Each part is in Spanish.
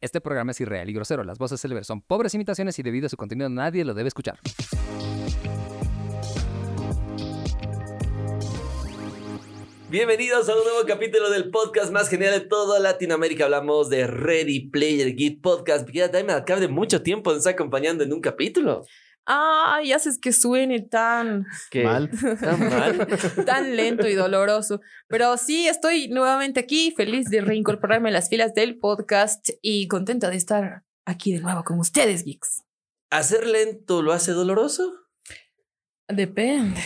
Este programa es irreal y grosero. Las voces célebres son pobres imitaciones y debido a su contenido nadie lo debe escuchar. Bienvenidos a un nuevo capítulo del podcast más genial de toda Latinoamérica. Hablamos de Ready Player Git Podcast. Ya también acaba de mucho tiempo nos está acompañando en un capítulo. Ay, haces que suene tan, Que- Mal. Tan mal. tan lento y doloroso. Pero sí, estoy nuevamente aquí, feliz de reincorporarme a las filas del podcast y contenta de estar aquí de nuevo con ustedes, geeks. ¿Hacer lento lo hace doloroso? Depende.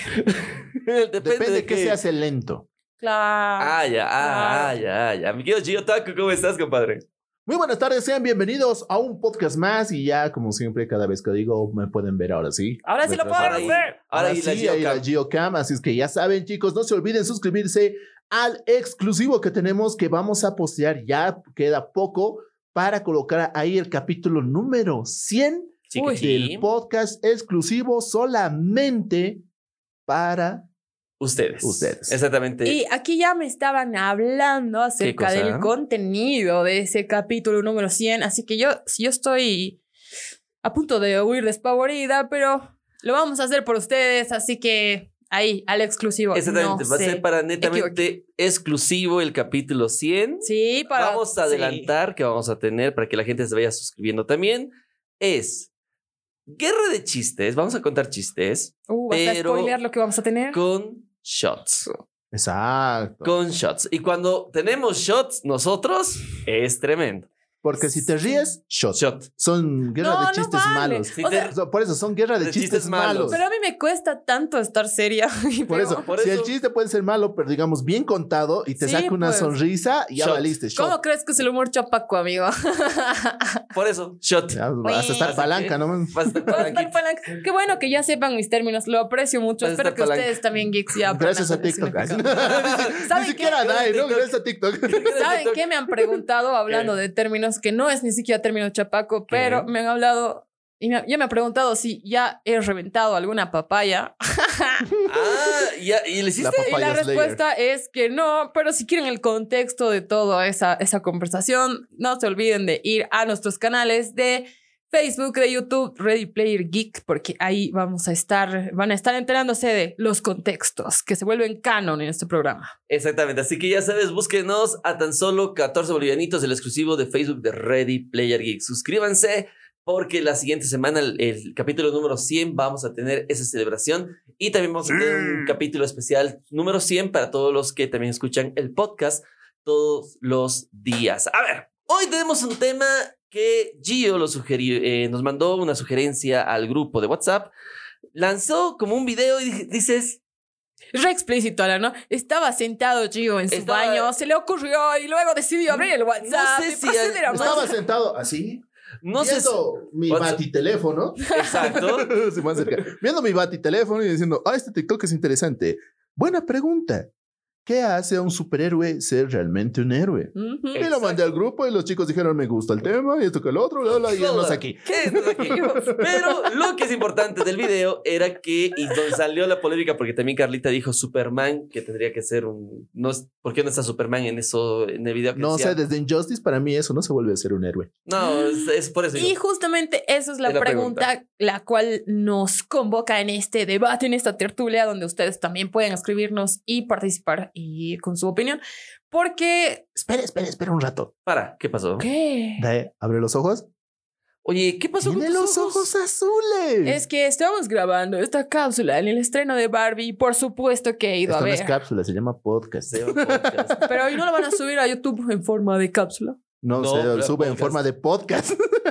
Depende, Depende de qué se hace lento. Claro. Ah, ya, ah, ah, ya, ya. Mi querido Gio Taco, ¿cómo estás, compadre? Muy buenas tardes, sean bienvenidos a un podcast más y ya como siempre cada vez que digo me pueden ver ahora sí. Ahora sí lo puedo Ahora ahí. hacer. Ahora, Ahora y la sí, ahí Gio la Cam. GeoCam, así es que ya saben chicos, no se olviden suscribirse al exclusivo que tenemos que vamos a postear, ya queda poco para colocar ahí el capítulo número 100 Pues del Chiquitín. podcast exclusivo solamente para Ustedes. Ustedes. Exactamente. Y aquí ya me estaban hablando acerca cosa? del contenido de ese capítulo número 100, así que yo, si yo estoy a punto de huir despavorida, pero lo vamos a hacer por ustedes, así que ahí, al exclusivo. Exactamente. No Va a sé. ser para netamente exclusivo el capítulo 100. Sí, para... vamos a sí. adelantar que vamos a tener para que la gente se vaya suscribiendo también. Es guerra de chistes. Vamos a contar chistes Uh, vas a pero- spoilear lo que vamos a tener. con shots. Exacto. Con shots. Y cuando tenemos shots nosotros, es tremendo. Porque si te ríes, shot. Shot. Son guerra No, de no chistes vale. malos. Si O te- sea- O sea, Por eso son guerra de, De chistes, chistes malos. malos. Pero a mí me cuesta tanto estar seria. Por pero- eso, Por si eso- el chiste puede ser malo, pero digamos bien contado y te Sí, saca una pues. sonrisa, ya Shot. valiste. ¿Cómo Shot. crees que es el humor chapaco, amigo? por eso, shot. Ya Vas a Así estar que- palanca, ¿no? Vas a estar Vas a tranqui. estar palanca. Qué bueno que ya sepan mis términos, lo aprecio mucho. Vas a Espero estar que palanca. ustedes también, geeks, ya aprendan Gracias a lo que TikTok. significa. Ni ¿Saben siquiera qué? Dai, ¿no? TikTok. Gracias a TikTok. ¿Saben qué me han preguntado hablando de términos que no es ni siquiera término chapaco, pero me han hablado y me, ya me han preguntado si ya he reventado alguna papaya? Ah, ya, y le hiciste. Y la respuesta es que no, pero si quieren el contexto de toda esa, esa conversación, no se olviden de ir a nuestros canales de Facebook, de YouTube, Ready Player Geek, porque ahí vamos a estar, van a estar enterándose de los contextos que se vuelven canon en este programa. Exactamente. Así que ya sabes, búsquenos a tan solo 14 bolivianitos, el exclusivo de Facebook de Ready Player Geek. Suscríbanse porque la siguiente semana, el, el capítulo número 100, vamos a tener esa celebración y también vamos a tener un capítulo especial número 100 para todos los que también escuchan el podcast todos los días. A ver, hoy tenemos un tema que Gio lo sugirió, eh, nos mandó una sugerencia al grupo de WhatsApp. Lanzó como un video y dije- dices, Re explícito, Alan, ¿no? Estaba sentado Gio en su Estaba- baño, se le ocurrió y luego decidió abrir el WhatsApp sé y si proceder a al- Estaba más. sentado así, no sé. si- viendo mi What's- batiteléfono. Exacto. Se me acerca. Viendo mi batiteléfono y diciendo, ah, este TikTok es interesante. Buena pregunta. ¿Qué hace a un superhéroe ser realmente un héroe? Ujú. Y lo mandé al grupo y los chicos dijeron, me gusta el tema y esto que el otro, bla, bla, y ya no sé aquí. ¿Qué es aquí? Pero lo que es importante del video era que, y donde salió la polémica, porque también Carlita dijo Superman, que tendría que ser un. No, es- ¿Por qué no está Superman en eso, en el video? que No decía? sé, desde Injustice para mí eso no se vuelve a ser un héroe. No, es, es por eso. Y digo. justamente esa es la, Es la pregunta, la cual nos convoca en este debate, en esta tertulia, donde ustedes también pueden escribirnos y participar y con su opinión. Porque. Espera, espera, espera un rato. Para, ¿qué pasó? ¿Qué? Dae, abre los ojos. Oye, ¿qué pasó con Tiene tus los ojos azules. Es que estamos grabando esta cápsula en el estreno de Barbie y por supuesto que he ido Esto a no ver. es cápsula, se llama podcast. Se va podcast. pero hoy no lo van a subir a YouTube en forma de cápsula, No, No, se pero sube en podcast. forma de podcast.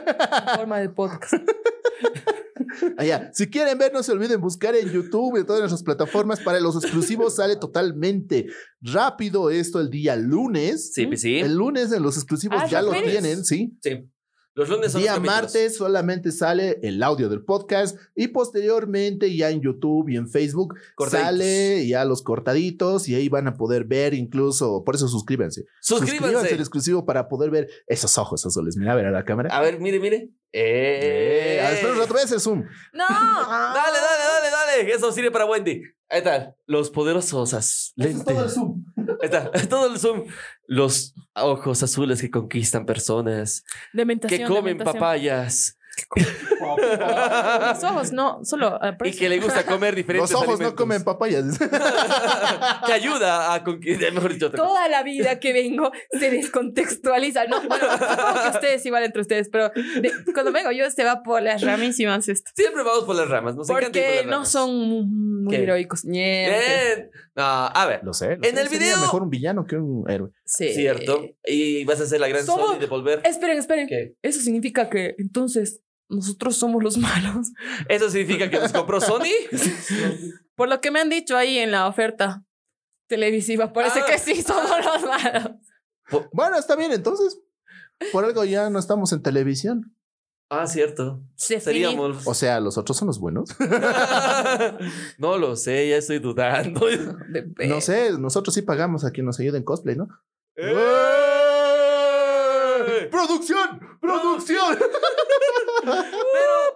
en forma de podcast. Allá. Si quieren ver, no se olviden buscar en YouTube y en todas nuestras plataformas. Para los exclusivos sale totalmente rápido esto el día lunes. Sí, pues sí. ¿Mm? El lunes en los exclusivos Ah, ya lo apenas. tienen, sí. sí. Los lunes son los Día capítulos. martes solamente sale el audio del podcast y posteriormente ya en YouTube y en Facebook Cortaditos. sale ya los cortaditos y ahí van a poder ver incluso, por eso suscríbanse. Suscríbanse. al exclusivo para poder ver esos ojos azules. Mira, a ver a la cámara. A ver, mire, mire. Eh. Eh, a ver, espera un rato, voy a hacer zoom. ¡No! Dale, dale, dale, dale. Eso sirve para Wendy. Ahí está. Los poderosos as- Eso es todo el lentes. zoom. Ahí está. Todo el Zoom. Los ojos azules que conquistan personas, Dementación. que comen dementación. papayas Mis ojos, no, solo eh, por y eso. que le gusta comer diferentes Los ojos no alimentos. comen papayas. que ayuda a conquistar, mejor dicho, otra cosa. Toda la vida que vengo se descontextualiza. No, bueno, supongo que ustedes igual entre ustedes, pero de- cuando vengo yo se va por las ramísimas esto. Siempre vamos por las ramas, nos encanta ir por Porque las no ramas. son muy ¿Qué? heroicos. Ñe, Bien. No, a ver, Lo sé. lo En sé. el Sería video- mejor un villano que un héroe. sí. cierto. Y vas a hacer la gran Eh, Somos- Sony de volver. Esperen, esperen. ¿Qué? Eso significa que entonces nosotros somos los malos. ¿Eso significa que nos compró Sony? Por lo que me han dicho ahí en la oferta televisiva, parece Ah. que sí somos los malos. Bueno, está bien, entonces. Por algo ya no estamos en televisión. Ah, cierto. Se Seríamos. O sea, los otros son los buenos. no lo sé, ya estoy dudando. fin- de- eh, de- No sé, nosotros sí pagamos a quien nos ayude en cosplay, ¿no? ¡Eh! ¡Producción! ¡Producción!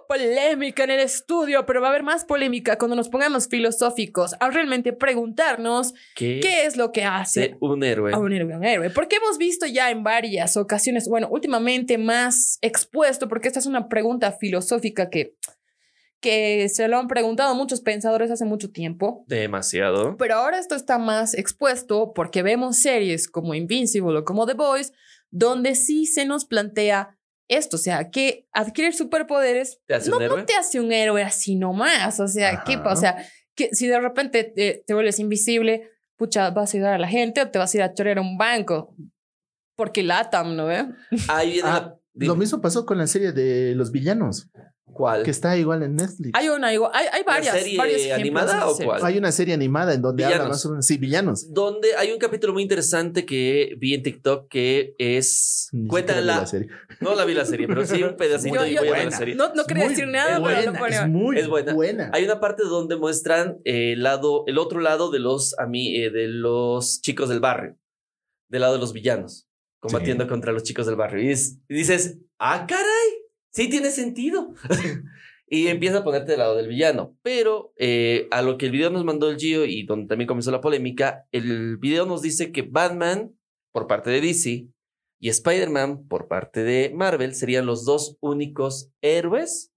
polémica en el estudio, pero va a haber más polémica cuando nos pongamos filosóficos a realmente preguntarnos ¿Qué? qué es lo que Sé hace un héroe. a un héroe un héroe. Porque hemos visto ya en varias ocasiones, bueno, últimamente más expuesto, porque esta es una pregunta filosófica que, que se lo han preguntado muchos pensadores hace mucho tiempo. Demasiado. Pues, Pero ahora esto está más expuesto porque vemos series como Invincible o como The Boys, donde sí se nos plantea esto, o sea, que adquirir superpoderes ¿Te hace no, un héroe? no te hace un héroe así nomás, o sea, Ajá. ¿qué pasa? O sea, que si de repente te, te vuelves invisible, pucha, vas a ayudar a la gente o te vas a ir a chorear a un banco. Porque latam, ¿no ve? Ahí viene Ah, la- dime, Lo mismo pasó con la serie de los villanos, ¿Cuál? que está igual en Netflix. Hay una, igual- hay, hay ¿La varias. serie varios ejemplos animada de o series. cuál? Hay una serie animada en donde habla Villanos. más sobre. Sí, villanos. Donde hay un capítulo muy interesante que vi en TikTok que es. Ni siquiera vi Cuéntala. la serie. No la vi la serie, pero sí un pedacito Yo- y yo- voy a ver la buena. serie. No, no quería Muy decir nada, pero buena, no pone- es muy Es buena. buena. Hay una parte donde muestran eh, el lado, el otro lado de los a mí, eh, de los chicos del barrio, del lado de los villanos, combatiendo contra los chicos del barrio. Y, es- y dices, ah, caray, sí tiene sentido. y empieza a ponerte del lado del villano. Pero eh, a lo que el video nos mandó el Gio y donde también comenzó la polémica, el video nos dice que Batman, por parte de DC, y Spider-Man, por parte de Marvel, serían los dos únicos héroes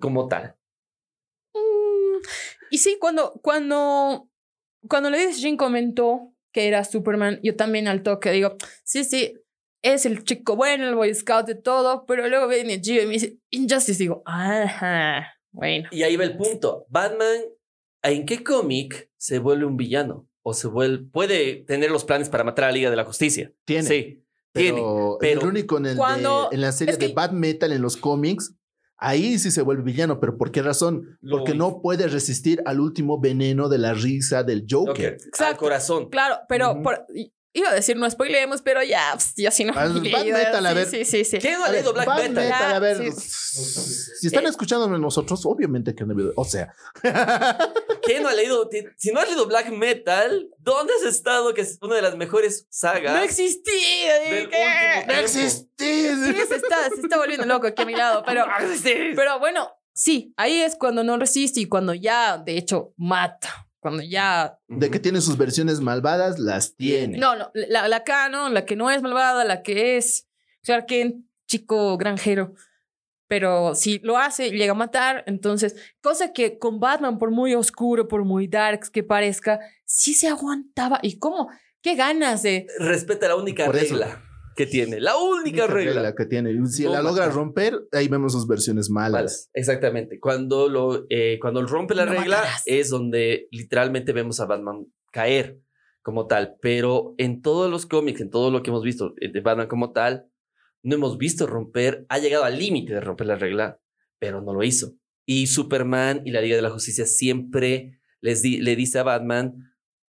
como tal. Mm, Y sí, cuando, cuando, cuando Ladies Jean comentó que era Superman, yo también al toque digo, sí, sí, es el chico bueno, el Boy Scout de todo, pero luego viene Gio y me dice, Injustice, digo, ajá, bueno. Y ahí va el punto. Batman, ¿en qué cómic se vuelve un villano? O se vuelve, puede tener los planes para matar a la Liga de la Justicia. Tiene. Sí, tiene. Pero, pero- el único en, el de- Cuando- en la serie es que- de Bad Metal en los cómics, ahí sí se vuelve villano. ¿Pero por qué razón? Lo- Porque no puede resistir al último veneno de la risa del Ok, Joker. Al corazón. Claro, pero Ujú. por- i- iba a decir, no spoileemos, pero ya, pss, ya si no. Vas- he vas, leído, métala, a ver. sí, sí, sí, sí. ¿Quién no ha A ver, leído Black Bad Metal? Metal, a ver, Ah, si están Eh. escuchándome nosotros, obviamente que no. O sea, ¿Quién no ha leído? ti- Si no has leído Black Metal, ¿dónde has estado? Que es una de las mejores sagas. No existí. del ¿qué? último tiempo? Sí, se está, se está volviendo loco aquí a mi lado, pero, pero bueno, sí, ahí es cuando no resiste y cuando ya, de hecho, mata. Cuando ya. de que tiene sus versiones malvadas, las tiene. No, no, la, la canon, la que no es malvada, la que es Clark Kent, chico granjero. Pero si lo hace, llega a matar. Entonces, cosa que con Batman, por muy oscuro, por muy darks que parezca, sí se aguantaba. ¿Y cómo? ¿Qué ganas de.? Respeta la única Por eso. regla que tiene. La única, Única regla. regla que tiene. Y Si No la logra matar. romper, ahí vemos sus versiones malas. Malas, Exactamente. Cuando lo eh, cuando rompe la No regla matarás. es donde literalmente vemos a Batman caer como tal. Pero en todos los cómics, en todo lo que hemos visto eh, de Batman como tal, no hemos visto romper, ha llegado al límite de romper la regla, pero no lo hizo. Y Superman y la Liga de la Justicia siempre les di- le dice a Batman,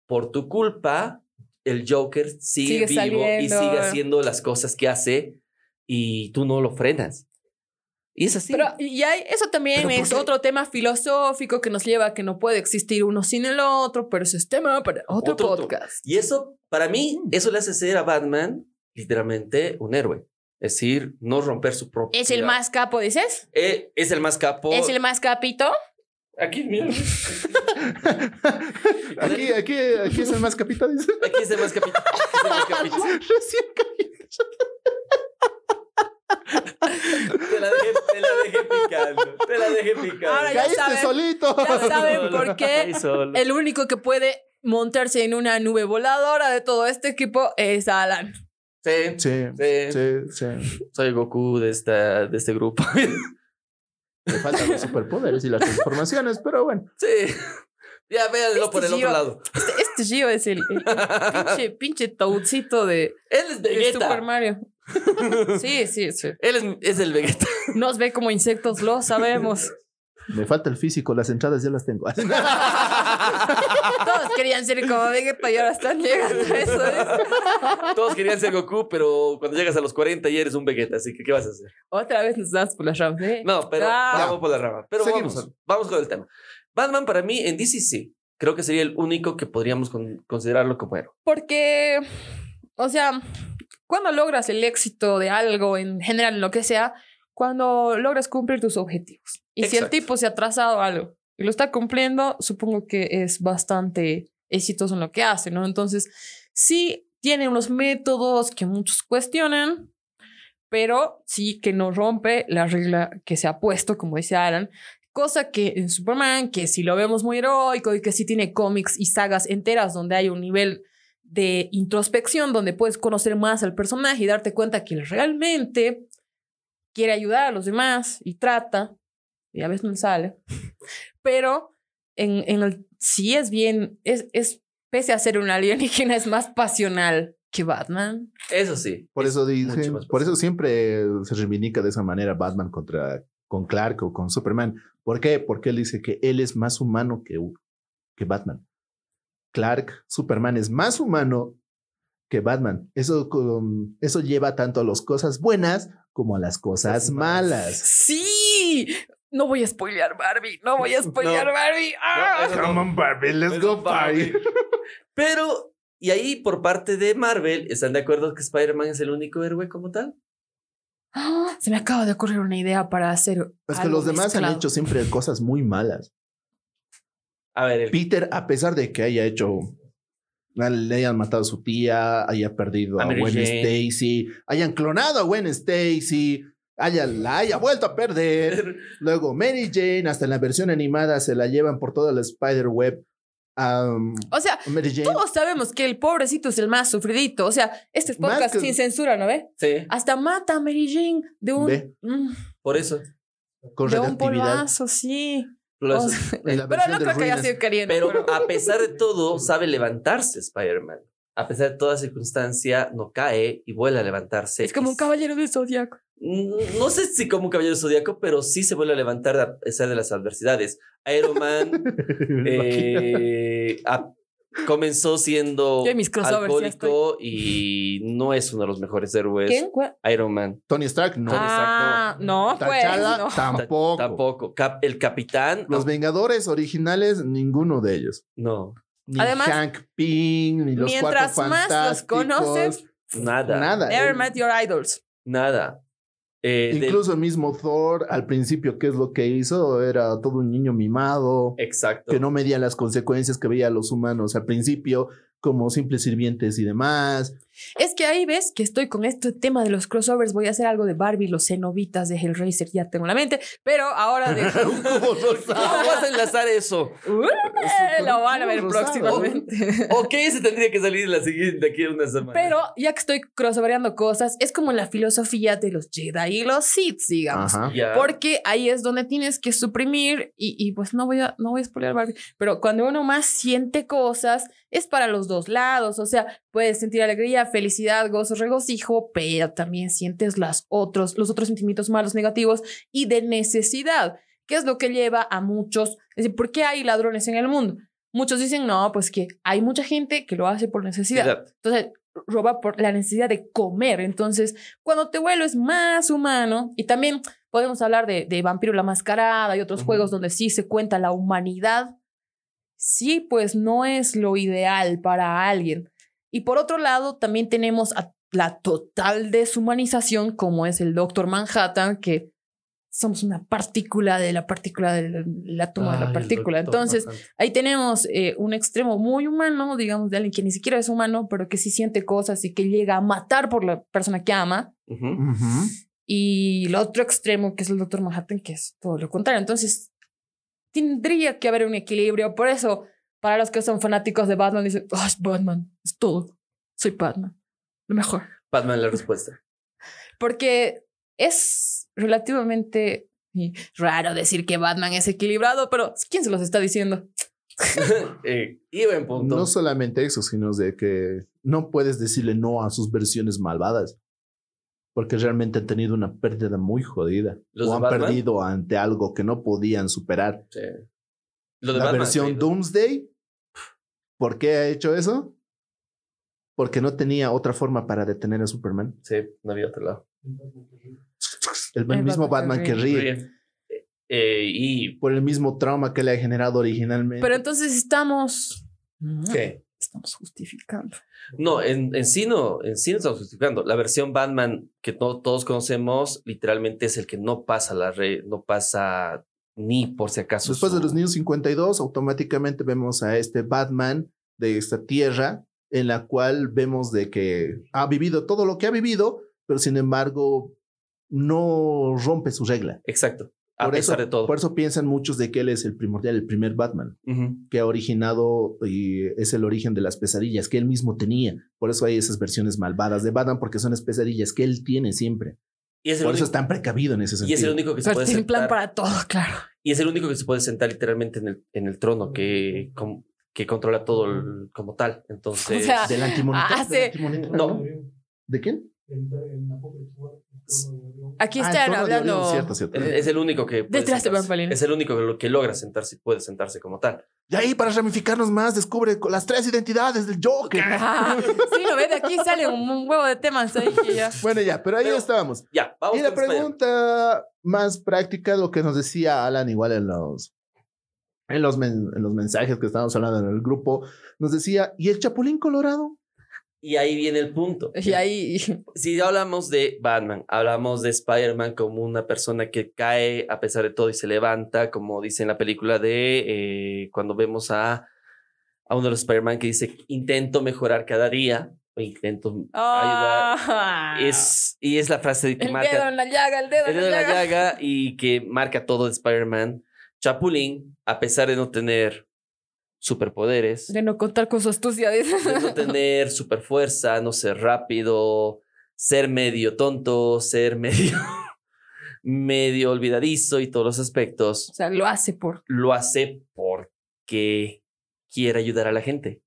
por tu culpa, el Joker sigue, Sigue vivo y saliendo". sigue haciendo las cosas que hace y tú no lo frenas. Y es así. Pero y hay- eso también Pero ¿por es qué? otro tema filosófico que nos lleva a que no puede existir uno sin el otro, pero ese es tema para otro, Otro podcast. Y eso, para mí, eso le hace ser a Batman literalmente un héroe. Es decir, no romper su propia. ¿Es el más capo, dices? Eh, es el más capo. ¿Es el más capito? Aquí, mira. Aquí, aquí, aquí es el más capita, dice. Aquí es de más capítulo. Recién capita. Te la dejé, te la dejé picando. Te la dejé picando. Ahora ya Caíste saben. solito. Ya saben Solo, por qué ahí solo. el único que puede montarse en una nube voladora de todo este equipo es Alan. Sí, sí, Sí, sí, sí. Soy Goku de, esta, de este grupo. Le faltan los superpoderes y las transformaciones, pero bueno. sí. Ya véanlo Este por el sí otro iba- lado. Este, este Gio es el, el pinche, pinche toadcito de, Él es de Vegeta. Super Mario. Sí, sí, sí. Él es, es el Vegeta. Nos ve como insectos, lo sabemos. Me falta el físico, las entradas ya las tengo. Todos querían ser como Vegeta y ahora están llegando a eso. ¿eh? Todos querían ser Goku, pero cuando llegas a los 40 ya eres un Vegeta, así que ¿qué vas a hacer? Otra vez nos das por las ramas. ¿eh? No, pero Ah. vamos por la rama. Pero Seguimos. vamos, vamos con el tema. Batman para mí en DC sí. Creo que sería el único que podríamos con- considerarlo como héroe. Porque, o sea, cuando logras el éxito de algo, en general, en lo que sea, cuando logras cumplir tus objetivos. Y si el Exacto. tipo se ha trazado algo y lo está cumpliendo, supongo que es bastante exitoso en lo que hace, ¿no? Entonces, sí tiene unos métodos que muchos cuestionan, pero sí que no rompe la regla que se ha puesto, como dice Alan. Cosa que en Superman, que si lo vemos muy heroico y que sí tiene cómics y sagas enteras donde hay un nivel de introspección donde puedes conocer más al personaje y darte cuenta que él realmente quiere ayudar a los demás y trata, y a veces no le sale, pero en, en el sí es bien, es, es, pese a ser un alienígena, es más pasional que Batman. Eso sí. Por Es eso dije, mucho más por eso fácil. siempre se reivindica de esa manera Batman contra con Clark o con Superman. ¿Por qué? Porque él dice que él es más humano que, que Batman. Clark, Superman es más humano que Batman. Eso, con- eso lleva tanto a las cosas buenas como a las cosas Cosas malas. malas. ¡Sí! No voy a spoilear Barbie, no voy a spoilear No. Barbie. ¡Ah! No, eso no. Barbie, let's Pero Barbie. Pero, y ahí por parte de Marvel, ¿están de acuerdo que Spider-Man es el único héroe como tal? Ah, Se me acaba de ocurrir una idea para hacer. Es que algo los demás han mezclado. hecho siempre cosas muy malas. A ver, el Peter, a pesar de que haya hecho, le hayan matado a su tía, haya perdido A a, Mary Gwen Jane. Stacy, hayan clonado a Gwen Stacy, haya, la haya vuelto a perder. Luego Mary Jane, hasta en la versión animada, se la llevan por toda la spider web. Am, O sea, Mary Jane. Todos sabemos que el pobrecito es el más sufridito. O sea, este es Más podcast que- sin censura, ¿no ve? Sí, Hasta mata a Mary Jane de un, Ve, mm, por eso. con de un radioactividad. polvazo, Oh, sí. Por eso. O sea, En la pero versión no de creo que haya Ruinas. sido queriendo. Pero ah, a pesar de todo, sabe levantarse Spider-Man. A pesar de toda circunstancia, no cae y vuelve a levantarse. es como un caballero del zodiaco. Mm, No sé si como un caballero zodiaco, pero sí se vuelve a levantar a pesar de las adversidades. Iron Man eh, a- comenzó siendo Yo y mis crossovers, ya alcohólico y no es uno de los mejores héroes. ¿Quién? ¿Cuál? Iron Man Tony Stark, no. Tony ah, Stark, no, pues. T'Challa, no. tampoco. tampoco. Cap- el capitán Los Vengadores originales, ninguno de ellos. no, Ni Además, Hank Pym, ni los mientras cuatro más los fantásticos, conoces, nada, nada, Nada. Never met your idols. Eh, de- Incluso el mismo Thor, al principio, ¿qué es lo que hizo? Era todo un niño mimado, exacto. que no medía las consecuencias que veía a los humanos al principio, como simples sirvientes y demás. Es que ahí ves que estoy con este tema de los crossovers. Voy a hacer algo de Barbie, los cenobitas de Hellraiser. Ya tengo la mente. Pero ahora de. ¿Cómo lo ¿Cómo vas a enlazar eso? Uh, lo van a ver Rosado. próximamente. ¿O qué se tendría que salir la siguiente de aquí a una semana? Pero ya que estoy crossovereando cosas, es como la filosofía de los Jedi y los Sith, digamos. Ajá. Ya. Porque ahí es donde tienes que suprimir y, y pues no voy a no voy a spoiler Barbie, pero cuando uno más siente cosas es para los dos lados, o sea, puedes sentir alegría, felicidad, gozo, regocijo, pero también sientes las otros los otros sentimientos malos, negativos y de necesidad, que es lo que lleva a muchos, es decir, ¿por qué hay ladrones en el mundo? Muchos dicen, "No, pues que hay mucha gente que lo hace por necesidad." Entonces, roba por la necesidad de comer. Entonces, cuando te vuelves más humano, y también podemos hablar de, de Vampiro la Mascarada y otros Ujú. juegos donde sí se cuenta la humanidad, sí, pues no es lo ideal para alguien. Y por otro lado, también tenemos a la total deshumanización, como es el Doctor Manhattan, que somos una partícula de la partícula del, del átomo de Ay, la el partícula. doctor Entonces, Bacán. ahí tenemos eh, un extremo muy humano, digamos, de alguien que ni siquiera es humano, pero que sí siente cosas y que llega a matar por la persona que ama. Ujú. Ujú. Y el otro extremo, que es el Doctor Manhattan, que es todo lo contrario. Entonces, tendría que haber un equilibrio. Por eso, para los que son fanáticos de Batman, dicen, "Ah, es Batman, es todo. Soy Batman. Lo mejor. Batman, la respuesta. Porque es relativamente raro decir que Batman es equilibrado, pero ¿quién se los está diciendo? Eh, y buen punto. No solamente eso, sino de que no puedes decirle no a sus versiones malvadas. Porque realmente han tenido una pérdida muy jodida. ¿Los o de han Batman? perdido ante algo que no podían superar. Sí. Lo de La Batman, versión sí, lo- Doomsday. ¿Por qué ha hecho eso? Porque no tenía otra forma para detener a Superman. Sí, no había otro lado. El, El mismo Batman Batman que que ríe. Ríe. Eh, y. Por el mismo trauma que le ha generado originalmente. Pero entonces estamos... ¿Qué? Estamos justificando. No, en, en sí no, en sí no estamos justificando. La versión Batman que to- todos conocemos, literalmente es el que no pasa la red, no pasa ni por si acaso. Después su- de los niños 52, automáticamente vemos a este Batman de esta tierra en la cual vemos de que ha vivido todo lo que ha vivido, pero sin embargo no rompe su regla. Exacto. A Por eso, pesar de todo. por eso piensan muchos de que él es el primordial, el primer Batman, Ujú. que ha originado y es el origen de las pesadillas que él mismo tenía. Por eso hay esas versiones malvadas de Batman, porque son las pesadillas que él tiene siempre. Y es el Por eso es único- tan precavido en ese y sentido. es el único que se Pero puede tiene un plan sentar. para todo, claro. Y es el único que se puede sentar literalmente en el, en el trono que, com- que controla todo el- como tal. Entonces. O sea, Del antimonitor, Ah, del sí. antimonitor, No. ¿De quién? Aquí Ah, el están trono de hablando... Orión, cierto, cierto. es- Eh, es el único que. puede Detrás de sentarse. bambalinas. Es el único que, lo- que logra sentarse y puede sentarse como tal. Y ahí, para ramificarnos más, descubre con las tres identidades del Joker. Ah, sí, lo ves, de aquí sale un, un huevo de temas ahí que ya... Bueno, ya, pero ahí Pero- estábamos. Ya, vamos y la con Spider-Man. pregunta más práctica, lo que nos decía Alan igual en los, en los, men- en los mensajes que estábamos hablando en el grupo, nos decía, ¿y el Chapulín Colorado? Y ahí viene el punto. Y ahí... Si hablamos de Batman, hablamos de Spider-Man como una persona que cae a pesar de todo y se levanta, como dice en la película de eh, cuando vemos a, a uno de los Spider-Man que dice intento mejorar cada día o intento ayudar. Ah. Es, y es la frase que El dedo marca en la llaga, el dedo, el dedo en la llaga. llaga y que marca todo de Spider-Man. Chapulín, a pesar de no tener superpoderes, De no contar con su astucia. dice. de no tener super fuerza, no ser rápido, ser medio tonto, ser medio, medio olvidadizo y todos los O aspectos, sea, lo hace por... lo hace porque quiere ayudar a la gente,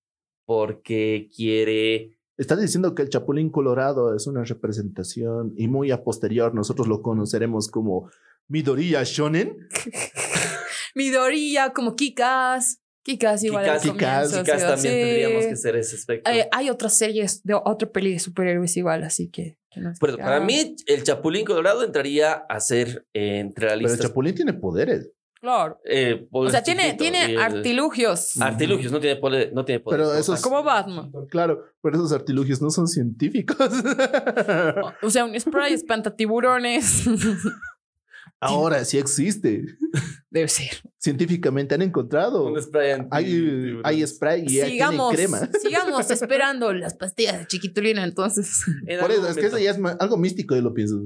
porque quiere... Estás diciendo que el Chapulín Colorado es una representación y muy a posterior nosotros lo conoceremos como Midoriya Shonen. Midoriya, como Kikas. Kikas igual al Kikas- Kikas- comienzo, Chicas, sí, también sí. tendríamos que ser ese aspecto. Eh, hay otras series, de otra peli de superhéroes igual, así que... que no Ah, es Por eso, Pues, para Kikas. mí, el Chapulín Colorado entraría a ser eh, entre la Pero el lista. Chapulín tiene poderes. Claro. eh, O pobrecito, sea, tiene, y tiene el- Ah, artilugios. Artilugios, no tiene poder. No tiene poder Pero esos- Como Batman. Claro, pero esos artilugios no son científicos. O sea, un spray espanta tiburones. Ahora sí existe. Debe ser. Científicamente han encontrado. Un spray anti- Hay, hay spray y hay Sigamos, crema. sigamos esperando las pastillas de chiquitulina entonces. En Por algún eso, es que eso momento. ya es ma- algo místico, yo lo pienso.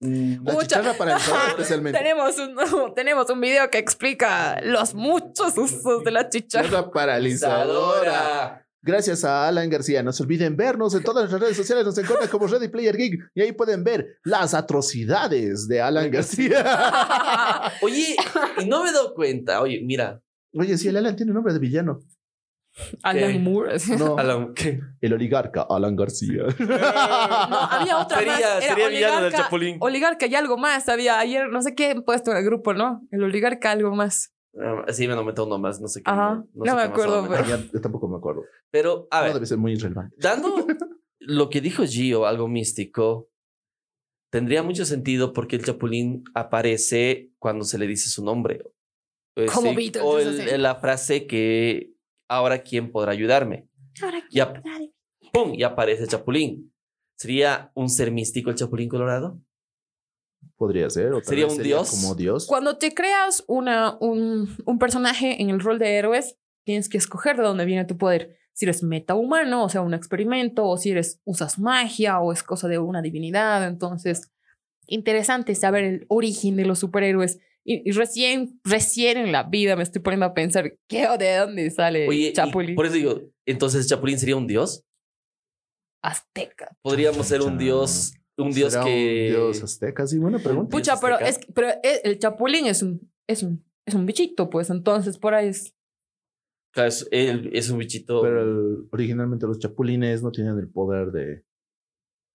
Mm, La Mucha- chicharra para el sabor especialmente. Tenemos un, tenemos un video que explica los muchos usos de la chicha. Chicharra paralizadora. Gracias a Alan García. No se olviden vernos en todas las redes sociales. Nos encuentran como Ready Player Geek. Y ahí pueden ver las atrocidades de Alan García. Oye, y no me he dado cuenta. Oye, mira. Oye, sí, el Alan tiene nombre de villano. ¿Qué? Alan Moore. así. No, Alan, ¿qué? el oligarca Alan García. No, había otra Sería- más. Era sería villano del oligarca- Chapulín. Oligarca y algo más. Había ayer, no sé qué he puesto en el grupo, ¿no? El oligarca, algo más. Ah, Sí, me han aumentado uno más. No sé qué. Ajá, no no sé me qué más acuerdo, aumentan. Ah, ya, yo tampoco me acuerdo. Pero, a No ver, debe ser muy irrelevante. dando lo que dijo Gio, algo místico, tendría mucho sentido porque el Chapulín aparece cuando se le dice su nombre. Eh, Como sí, Beatles, O eso el- sí. la frase que ahora quién podrá ayudarme. Y ap- ¡Pum! Y aparece el Chapulín. ¿Sería un ser místico el Chapulín Colorado? Podría ser. o tal Sería vez un dios. Como dios. Cuando te creas una, un, un personaje en el rol de héroes, tienes que escoger de dónde viene tu poder. Si eres metahumano, o sea, un experimento, o si eres usas magia, o es cosa de una divinidad. Entonces, interesante saber el origen de los superhéroes. Y, y recién, recién en la vida me estoy poniendo a pensar, ¿qué o de dónde sale Oye, y Eh, Chapulín? por e- eso digo, entonces Chapulín sería un dios. Azteca. Podríamos ser un Chan. dios, un dios ¿Será que. Un dios azteca, sí, buena pregunta. Dios Pucha, pero, azteca. es, que- pero e- el Chapulín es un, es, un, es un bichito, pues. Entonces, por ahí es... Claro, es, él es un bichito. Pero el- originalmente los chapulines no tienen el poder de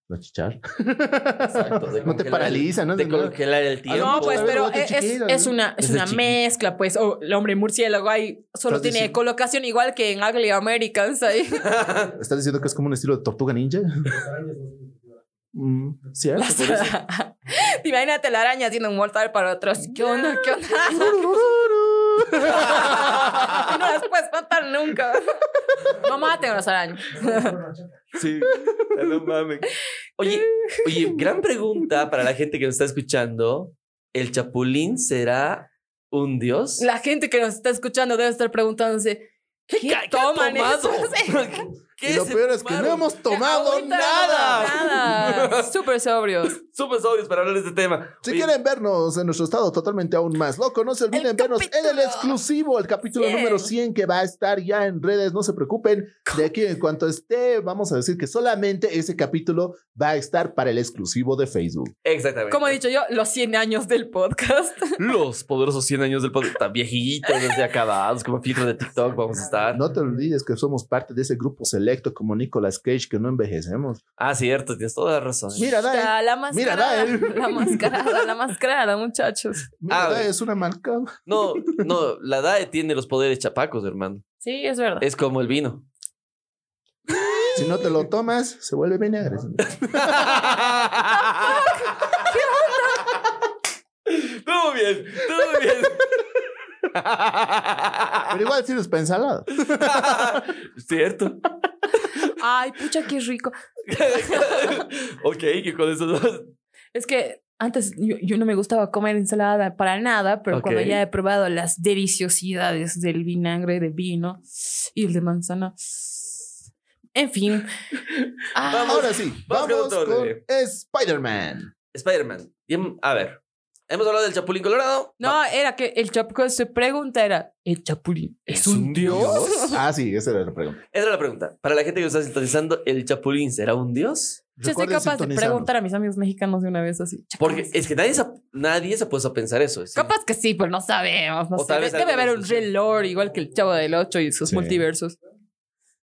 no chichar. Exacto, de no te congelar- paraliza, ¿no? De congelar el tiempo. Algo No, pues, de pero bote es, es- chiquito, es ¿no? una, es Desde una chiquito. mezcla, pues. O el hombre murciélago ahí solo Estás tiene diciendo- colocación igual que en Ugly Americans ahí. ¿Estás diciendo que es como un estilo de tortuga ninja? Mm, ¿Cierto? Las- Te Imagínate la araña haciendo un mortal para otros. ¿Qué onda? ¿Qué onda? Y no las puedes matar nunca. No maten a las arañas. Sí, ah, no mames. Oye, oye, gran pregunta para la gente que nos está escuchando. ¿El chapulín será un dios? La gente que nos está escuchando debe estar preguntándose. ¿Qué, ca- qué ha toman tomado? esos? Sí. ¿Qué y lo se peor es que tomaron? no hemos tomado Ahorita no nada. tomamos Nada. Súper sobrios. Súper sobrios para hablar de este tema. Si Oye, quieren vernos en nuestro estado totalmente aún más loco, no se olviden El vernos en el capítulo exclusivo, el capítulo 100. número 100 que va a estar ya en redes, no se preocupen. De aquí en cuanto esté, vamos a decir que solamente ese capítulo va a estar para el exclusivo de Facebook. Exactamente. Como he dicho yo, los 100 años del podcast. Los poderosos 100 años del podcast. Tan viejitos desde acabados, como filtro de TikTok vamos a estar. No te olvides que somos parte de ese grupo selecto como Nicolas Cage que no envejecemos. Ah, cierto, tienes toda la razón. Mira, Dae, La, la Mira, mascarada. eh. Dael. la mascarada, la mascarada, muchachos. mira, Ah, Dae, es una marca. No, no, la DAE tiene los poderes chapacos, hermano. Sí, es verdad. Es como el vino. Si no te lo tomas, se vuelve vinagre. Todo bien, todo bien. Pero igual sirves para ensalada. Cierto. Ay, pucha, qué rico. ok, que con eso Es que antes yo, yo no me gustaba comer ensalada para nada, pero Ok. cuando ya he probado las deliciosidades del vinagre de vino y el de manzana. En fin. Ah, Vamos. Ahora sí, vamos con vamos otro con orden. Spider-Man. Spider-Man. Y, A ver, hemos hablado del Chapulín Colorado. no, era que el chapulín, su pregunta era, ¿el chapulín es un dios? Ah, sí, esa era la pregunta. Esa era la pregunta. Para la gente que nos está sintonizando, ¿el Chapulín será un dios? Yo soy Recuerden capaz de sintonizarnos. preguntar a mis amigos mexicanos de una vez así. Porque es que nadie se, ha- nadie se ha puesto a pensar eso. sí. Capaz que sí, pero no sabemos. No O sé. tal vez Debe algo haber de un eso, sí. reloj igual que el Chavo del Ocho y sus Sí. multiversos.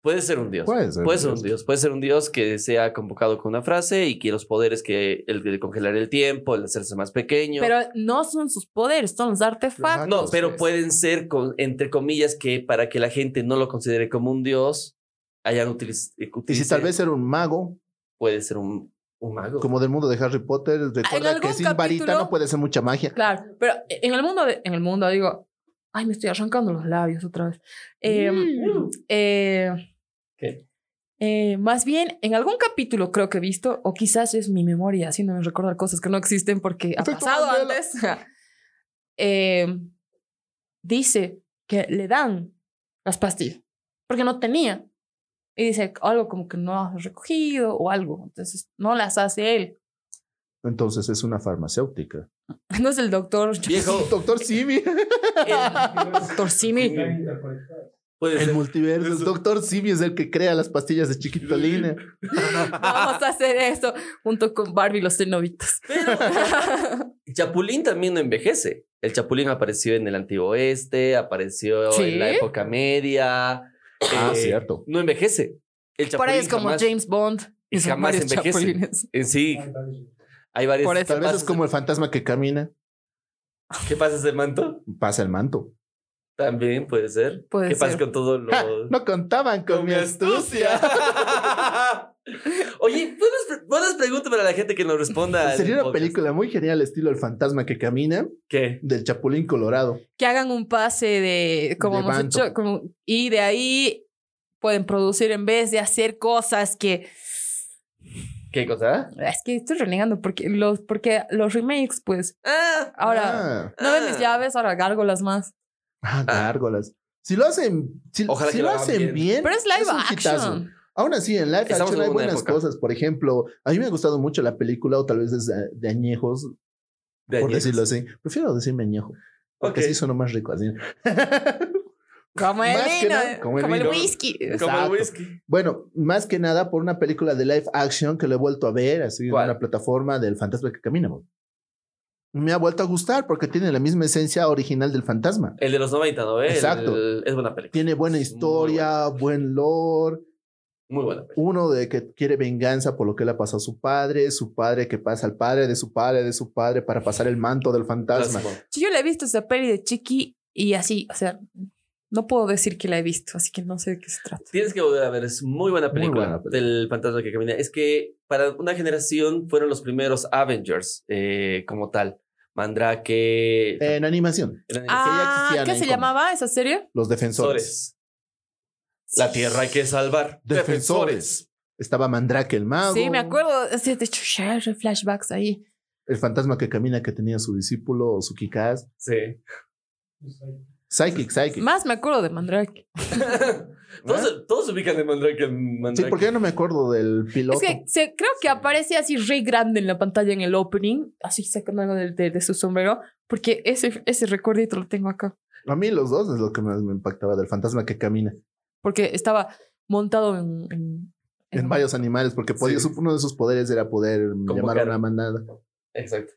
Puede ser un dios. Puede ser, Puede ser un dios. Puede ser un dios que sea convocado con una frase y que los poderes que el de congelar el tiempo, el hacerse más pequeño. Pero no son sus poderes, son los artefactos. no, Exacto, pero sí. pueden ser con, entre comillas que para que la gente no lo considere como un dios, hayan utilizado. Y si tal vez era un mago, puede ser un, un mago. como del mundo de Harry Potter, recuerda algún que sin varita capítulo- no puede ser mucha magia. Claro, pero e, en el mundo, de- en el mundo digo, ay, me estoy arrancando los labios otra vez. Eh, eh, ¿Qué? eh, más bien, en algún capítulo creo que he visto, o quizás es mi memoria haciéndome recordar cosas que no existen porque ha Efecto pasado Mandela. antes. Eh, dice que le dan las pastillas porque no tenía. Y dice algo como que no has recogido o algo. Entonces, no las hace él. Entonces es una farmacéutica. No es el doctor. Viejo, Doctor Simi, el- Doctor Simi. puede el ser. multiverso. Eso. Doctor Simi es el que crea las pastillas de chiquitolina. Vamos a hacer esto junto con Barbie y los cenobitos. Chapulín también no envejece. El Chapulín apareció en el Antiguo Oeste, apareció ¿Sí? en la época media. Ah, Eh, cierto. No envejece. El Chapulín Por ahí es como jamás- James Bond y sus jamás varios envejece. chapulines. En sí, hay varias. Por eso. Tal vez es como el fantasma que camina, ¿Qué pasa ese manto? pasa el manto. También puede ser. Puede ¿Qué pasa ser. con todo lo. ¡Ja! No contaban con, mi astucia. Oye, buenas, pre- buenas preguntas para la gente que nos responda. al Sería una podcast. película muy genial, estilo El fantasma que camina, ¿Qué? del Chapulín Colorado. Que hagan un pase de como De hemos banto. hecho, como- y de ahí pueden producir en vez de hacer cosas que ¿Qué cosa? Es que estoy renegando porque los, porque los remakes, pues. Ah, Ahora, Ah, no de mis ah. llaves, ahora gárgolas más. ah, gárgolas. Si lo hacen, si, Ojalá si que lo lo hagan hacen bien. bien. Pero es live un hitazo. action. Aún así, en live Estamos action en hay una buenas época. cosas. Por ejemplo, a mí me ha gustado mucho la película, o tal vez es de, de añejos, de por añejos. decirlo así. Prefiero decirme añejo, porque Ok. así suena más rico. Así. Como el Más que vino, nada, como, como el el vino. whisky. Como el Exacto. whisky. Bueno, más que nada por una película de live action que lo he vuelto a ver, así ¿Cuál? en una plataforma del fantasma que camina. bro. Me ha vuelto a gustar porque tiene la misma esencia original del fantasma. El de los 90, ¿no? El- Exacto. es buena película. Tiene buena Es muy historia, buen lore, Muy buena película. uno de que quiere venganza por lo que le ha pasado a su padre, su padre que pasa al padre de su padre de su padre para pasar el manto del fantasma. Clásico. Sí, Yo la he visto esa peli de Chiqui y así, o sea, no puedo decir que la he visto, así que no sé de qué se trata. Tienes que volver a ver, es muy buena Muy película, buena película. del fantasma que camina. Es que para una generación fueron los primeros Avengers eh, como tal. Mandrake. En animación, eran Ah, existían ¿qué en se cómic. llamaba esa serie? los defensores. defensores. La tierra hay que salvar. Defensores. Estaba Mandrake el mago. Sí, me acuerdo. Sí, de hecho, ya hay flashbacks ahí. El fantasma que camina que tenía su discípulo o su Kikaz. Sí. Psychic, Psychic. Más me acuerdo de Mandrake. todos, todos ubican de Mandrake en ¿Eh? Sí, Mandrake. porque yo no me acuerdo del Es piloto. que se- creo que aparece así re grande en la pantalla en el opening, así sacando algo del- de, de su sombrero, porque ese, ese recuerdito lo tengo acá. A mí los dos es lo que más me impactaba del fantasma que camina. Porque estaba montado en. En, En en- varios animales, porque podía, Sí. su- uno de sus poderes era poder llamar Convocar. a una manada. Exacto.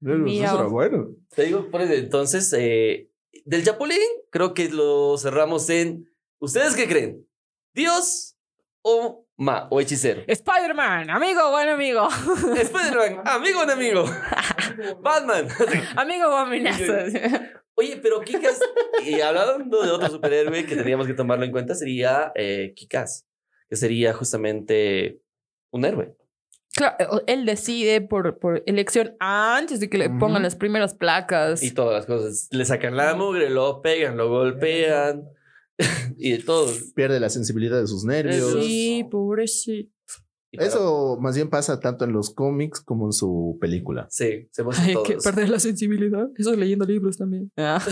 Mira. Eso era bueno. Te digo, por eso, entonces, eh, del Chapulín, creo que lo cerramos en. ¿Ustedes qué creen? ¿Dios o ma o hechicero? Spider-Man, amigo, buen amigo. Spider-Man, amigo o un amigo. Batman. Amigo, buen amenazo. Oye, pero Kikas. Y hablando de otro superhéroe que teníamos que tomarlo en cuenta, sería eh, Kikas, que sería justamente un héroe. Claro, o- él decide por, por elección antes de que le pongan Ujú. las primeras placas. Y todas las cosas. Le sacan la mugre, lo pegan, lo golpean. y de todo. Pierde la sensibilidad de sus nervios. Eso. Eh, Sí, pobrecito. Y para- Eso más bien pasa tanto en los cómics como en su película. Sí, se muestra Hay todo que eso. Ah. perder la sensibilidad. Eso es leyendo libros también. Hay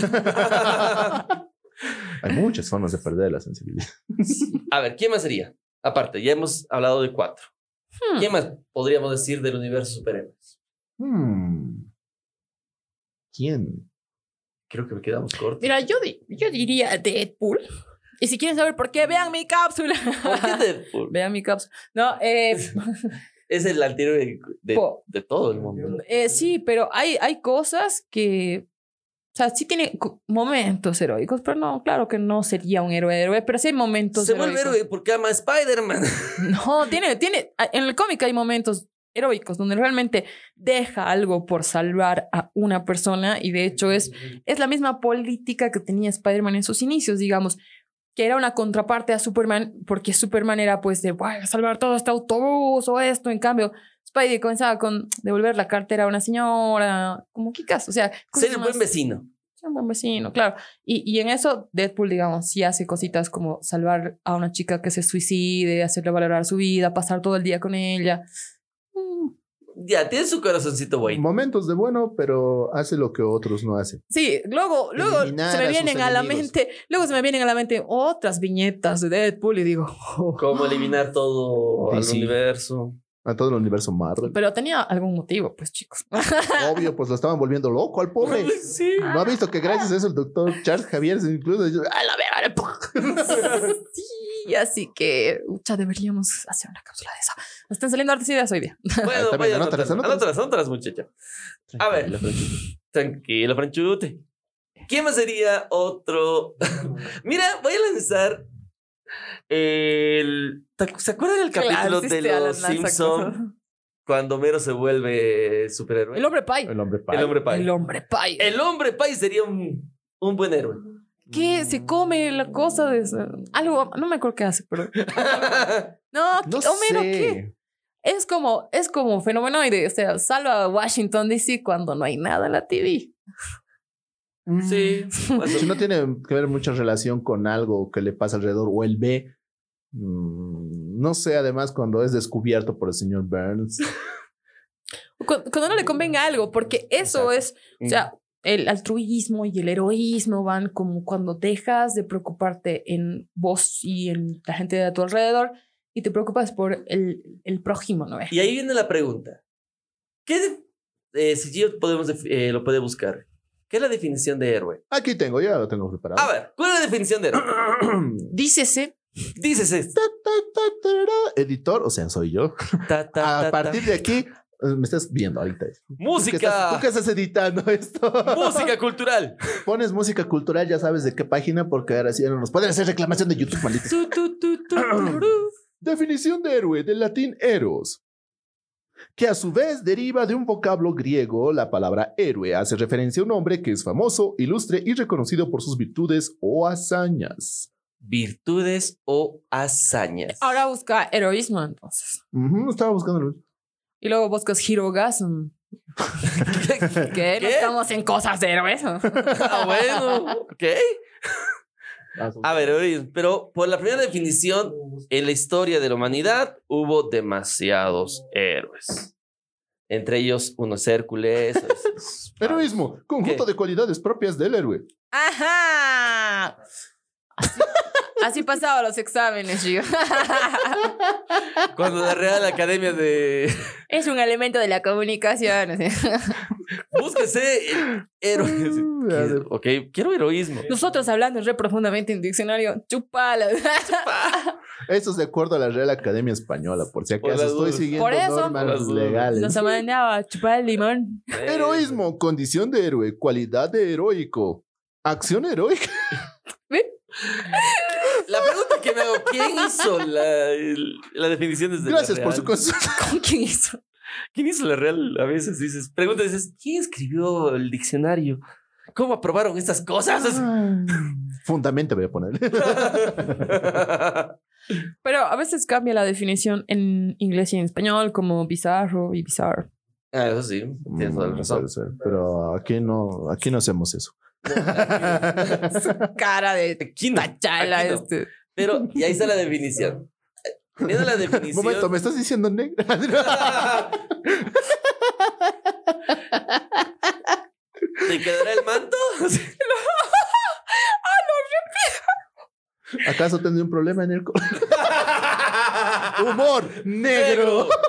muchas formas de perder la sensibilidad. A ver, ¿quién más sería? Aparte, ya hemos hablado de cuatro. Hmm. ¿Quién más podríamos decir del universo superhéroes? Hmm. ¿Quién? Creo que me quedamos cortos. Mira, yo, di- yo diría Deadpool. Y si quieren saber por qué, vean mi cápsula. ¿Por qué Deadpool? vean mi cápsula. No, eh, Es el anterior de, de, po- de todo el mundo. eh, sí, pero hay, hay cosas que... O sea, sí tiene co- momentos heroicos, pero no, claro que no sería un héroe héroe, pero sí hay momentos se vuelve heroicos. héroe porque ama a Spider-Man. No, tiene, tiene. En el cómic hay momentos heroicos donde realmente deja algo por salvar a una persona y de hecho es, es la misma política que tenía Spider-Man en sus inicios, digamos, que era una contraparte a Superman porque Superman era pues de voy a salvar todo este autobús o esto, en cambio Spidey comenzaba con devolver la cartera a una señora, como qué caso, o sea, cosas Ser un más- buen vecino. ser un buen vecino, claro. Y, y en eso Deadpool, digamos, sí hace cositas como salvar a una chica que se suicide, hacerle valorar su vida, pasar todo el día con ella. Mm, Ya, tiene su corazoncito bueno. Momentos de bueno, pero hace lo que otros no hacen. Sí, luego, luego Eliminar se a me sus vienen a, la enemigos. mente, luego se me vienen a la mente otras viñetas de Deadpool y digo, "Oh". Cómo eliminar todo al DC. universo. A todo el universo Marvel. pero tenía algún motivo, pues chicos. Obvio, pues lo estaban volviendo loco al pobre. Sí. Ah. ¿No ha visto que gracias a eso el doctor Charles Javier se incluso dice, "Ah, la verga, ahora, ¡pum!". sí, así que ya deberíamos hacer una cápsula de eso. Nos están saliendo hartas ideas hoy día. Bueno, Está bien, vaya, anótalas, anótalas, anótalas. anótalas, anótalas, muchacha. "Ah, A ver. Tranquilo, Franchute. ¿Quién más sería otro? Mira, voy a lanzar el... ¿te acu- ¿Se acuerdan del capítulo Claro, de asiste a la los NASA, Simpson cosa. cuando Homero se vuelve superhéroe? El hombre pie. El hombre El hombre pay. El hombre pie. El hombre pay sería un, un buen héroe. ¿Qué? Se come la cosa de esa- algo, no me acuerdo qué hace, pero no, No ¿qué- Homero, sé. ¿qué? Es como, es como fenomenoide, o sea, salva a Washington DC cuando no hay nada en la TV. Mm. Sí. Si no tiene que ver mucha relación con algo que le pasa alrededor o él ve, mm, No sé, además, cuando es descubierto por el señor Burns. Cu- Cuando no le convenga algo, porque eso es, o sea, el altruismo y el heroísmo van como cuando dejas de preocuparte en vos y en la gente de tu alrededor y te preocupas por el, el prójimo, ¿no ves? Y ahí viene la pregunta. ¿Qué de, eh, CGI podemos def- eh, lo puede buscar? ¿Qué es la definición de héroe? Aquí tengo, ya lo tengo preparado. A ver, ¿cuál es la definición de héroe? Dícese, Dices esto. Ta, ta, ta, tarara. Editor, o sea, soy yo. Ta, ta, ta, ta. A partir de aquí, eh, me estás viendo ahorita. ¿Tú qué estás, Música. tú qué estás editando esto? Música cultural. Pones música cultural, ya sabes de qué página, porque ahora sí ya no nos pueden hacer reclamación de YouTube, maldito. tu, tu, tu, tu, tururú. Definición de héroe del latín eros, que a su vez deriva de un vocablo griego, la palabra héroe hace referencia a un hombre que es famoso, ilustre y reconocido por sus virtudes o hazañas. Virtudes o hazañas. Ahora busca heroísmo entonces. Ujú, estaba buscando. Y luego buscas hirogasm. ¿Qué? No ¿Qué? estamos en cosas de héroes. Ah, bueno, ok. A ver, Orin, pero por la primera definición, en la historia de la humanidad hubo demasiados héroes. Entre ellos, unos Hércules. otros- Heroísmo, conjunto ¿Qué? de cualidades propias del héroe. Ajá. Así, así pasaban los exámenes, Gio. Cuando la Real Academia de. Es un elemento de la comunicación. Búsquese el Uh, héroes. Quiero- Ok, quiero heroísmo. Nosotros hablando re profundamente en diccionario, chupala. Eso es de acuerdo a la Real Academia Española, por si Por acaso las estoy dudas. siguiendo Por eso. Por las normas dudas. legales. Nos mandaba chupar el limón. Heroísmo, condición de héroe, cualidad de heroico, acción heroica. La pregunta que me hago: ¿quién hizo la, el- la definición desde la Gracias por su Real? consulta. ¿Con quién hizo? ¿Quién hizo la real? A veces dices, preguntas, dices, ¿quién escribió el diccionario? ¿Cómo aprobaron estas cosas? Fundamento voy a poner. Pero a veces cambia la definición en inglés y en español, como bizarro y bizarro. Ah, eso sí, tienes toda la Mm, razón. puede ser, Pero aquí no, aquí no hacemos eso. Cara de Aquí no, tachala. aquí no. Este. Pero, y ahí está la definición. Viendo la definición. Momento, ¿me estás diciendo negra? ¿Te quedará el manto? ¿Acaso tendré un problema en el co- humor negro?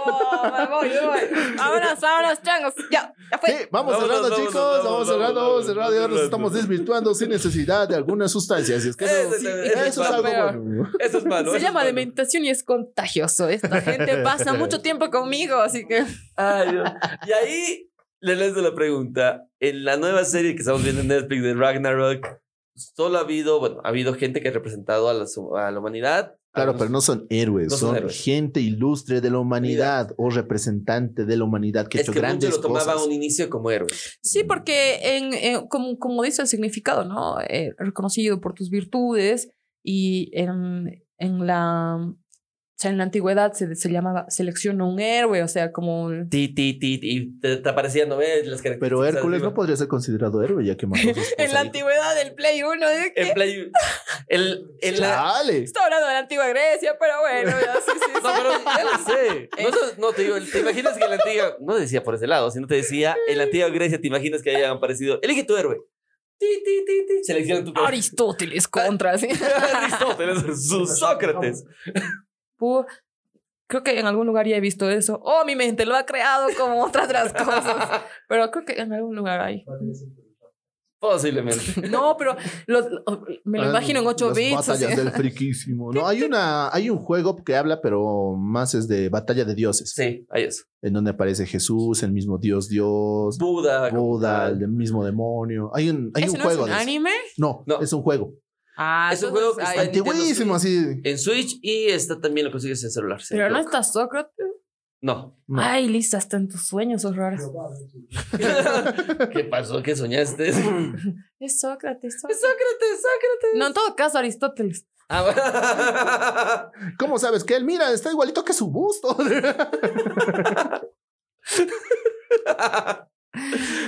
No, me voy, me voy. Vámonos, vámonos, changos. Ya, ya Sí, fue. vamos Vámonos, cerrando, vámonos, chicos. vámonos, Vamos vámonos, cerrando, cerrando. Ya nos vámonos. estamos desvirtuando sin necesidad de alguna sustancia. Así es que no- Eso, sí, eso, eso, eso es es algo peor. bueno. Eso es malo. eso Se es llama malo. dementación y es contagioso. Esta gente pasa mucho tiempo conmigo, así que. Ay, Dios. Y ahí le lanzo la pregunta. En la nueva serie que estamos viendo en Netflix de Ragnarok, solo ha habido, bueno, ha habido gente que ha representado a la, su- a la humanidad. Claro, pero no son héroes, No son son, héroes. gente ilustre de la humanidad o representante de la humanidad que ha Es hecho que muchos grandes lo tomaban cosas. un inicio como héroe. Sí, porque en, en- como, como dice el significado, ¿no? Eh, reconocido por tus virtudes y en, en la o sea, en la antigüedad se, se llamaba selecciona un héroe, o sea, como Ti, ti, ti, ti, y te, te aparecían, ¿no ves? Las características Pero Hércules no arriba. podría ser considerado héroe ya que mató a su esposa. en la antigüedad del Play 1, ¿de qué? En Play. El, en la, ¡Chale! Está hablando de la antigua Grecia, pero bueno, ya, sí, sí, sí. no, pero ya lo sé. No, eso- no, te digo, te imaginas que en la antigua. No decía por ese lado, sino te decía, en la antigua Grecia, te imaginas que hayan aparecido. Elige tu héroe. Ti, ti, ti, ti. Selecciona tu Aristóteles contra, sí. Aristóteles, su Sócrates. Pu- Creo que en algún lugar ya he visto eso. Oh, mi mente lo ha creado como otras de las cosas. Pero creo que en algún lugar hay. Posiblemente. No, pero los- me lo Ah, imagino en 8 las bits. así. Batallas del friquísimo. No, hay una, hay un juego que habla, pero más es de batalla de dioses, Sí, ahí es. en donde aparece Jesús, el mismo dios Dios, Buda. Buda, el mismo demonio. Hay un, hay ¿Ese un no es juego un de eso. anime? No, No. es un juego Ah, Es un entonces juego que está hay- en Nintendo antiguísimo, así. En Switch y está también lo consigues en celular. si Pero no me equivoco. está Sócrates. No. No. Ay, Lisa, hasta en tus sueños sos rara. ¿Qué pasó? ¿Qué soñaste? Es Es Sócrates, Sócrates, Sócrates. Sócrates. No, en todo caso, Aristóteles. Ah, bueno. ¿Cómo sabes que él? Mira, está igualito que su busto.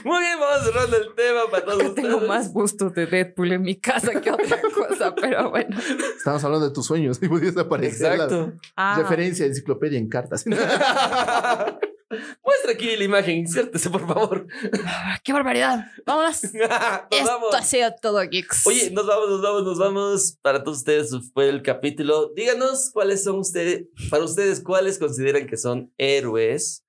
Muy bien, vamos cerrando el tema para todos Creo que tengo ustedes. más bustos de Deadpool en mi casa que otra cosa, pero bueno. Estamos hablando de tus sueños y pudiese aparecer la Exacto. Ah, referencia enciclopedia en cartas. Muestra aquí la imagen, insértese, por favor. ¡Qué barbaridad! Vámonos. Nos Esto vamos. ha sido todo, geeks. Oye, nos vamos, nos vamos, nos vamos. Para todos ustedes fue el capítulo. Díganos cuáles son ustedes, para ustedes, cuáles consideran que son héroes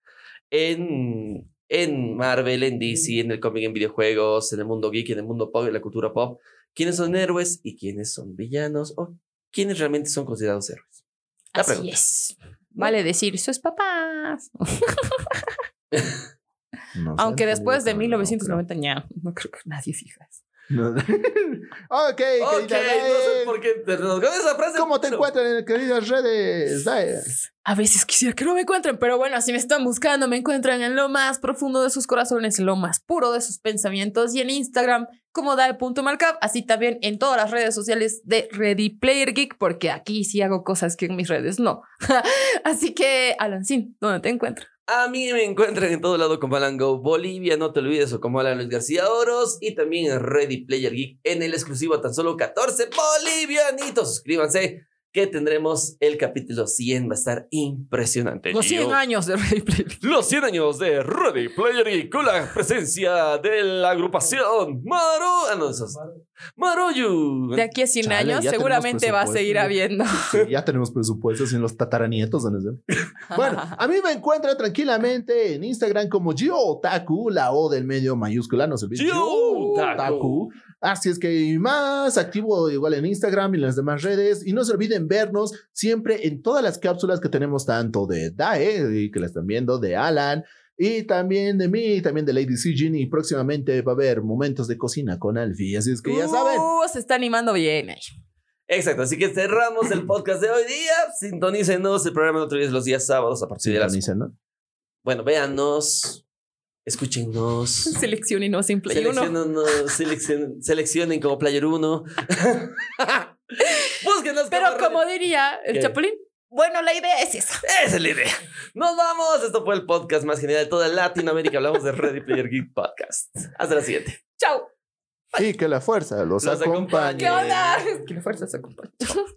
en, en Marvel, en DC, en el cómic, en videojuegos, en el mundo geek, en el mundo pop, en la cultura pop. ¿Quiénes son héroes y quiénes son villanos? ¿O quiénes realmente son considerados héroes? La Así pregunta. es. Vale decir sus papás. No sé, Aunque no después digo de que no, no creo. 1990 ya, no creo que nadie fija eso. No. ok, Ok, no querida sé Dae, por qué te- nos con esa frase. ¿Cómo te pero- encuentran en queridas redes? Dae? A veces quisiera que no me encuentren, pero bueno, si me están buscando, me encuentran en lo más profundo de sus corazones, en lo más puro de sus pensamientos y en Instagram como dae.markup, así también en todas las redes sociales de Ready Player Geek, porque aquí sí hago cosas que en mis redes no. así que, Alancín, ¿dónde te encuentro? A mí me encuentran en todo lado como Alan Go Bolivia, no te olvides, o como Alan Luis García Oros, y también en Ready Player Geek en el exclusivo a tan solo 14 bolivianitos. Suscríbanse que tendremos el capítulo 100, va a estar impresionante. Los 100 Gio. años de Ready Player Geek. Los 100 años de Ready Player Geek con la presencia de la agrupación Maru... Ah, no, esos. Maroyu. De aquí a 100 Chale, ya años tenemos seguramente va a presupuesto. seguir habiendo. Sí, ya tenemos presupuestos en los tataranietos. ¿no? Bueno, a mí me encuentran tranquilamente en Instagram como Gio Otaku, la O del medio mayúscula, no se olviden. Gio Otaku. Así es que y más activo igual en Instagram y en las demás redes. Y no se olviden vernos siempre en todas las cápsulas que tenemos, tanto de Dae, y que la están viendo, de Alan. Y también de mí, y también de Lady Sijin. Y próximamente va a haber momentos de cocina con Alfie. Así es que ya saben. Uh, se está animando bien ahí. Exacto, así que cerramos el podcast de hoy día. Sintonícenos, el programa no te olvides los días sábados a partir de las Sintonicen, ¿no? Bueno, véanos, escúchenos, Seleccionenos sin play uno. seleccionenos, seleccion- seleccionen como Player 1. Búsquenos Pero Radio- como diría el ¿Qué? Chapulín, bueno, la idea es esa. Esa es la idea. Nos vamos. Esto fue el podcast más genial de toda Latinoamérica. Hablamos de Ready Player Geek Podcast. Hasta la siguiente. Chao. Y que la fuerza los, Los acompañe. acompañe. ¿Qué onda? Que la fuerza se acompañe.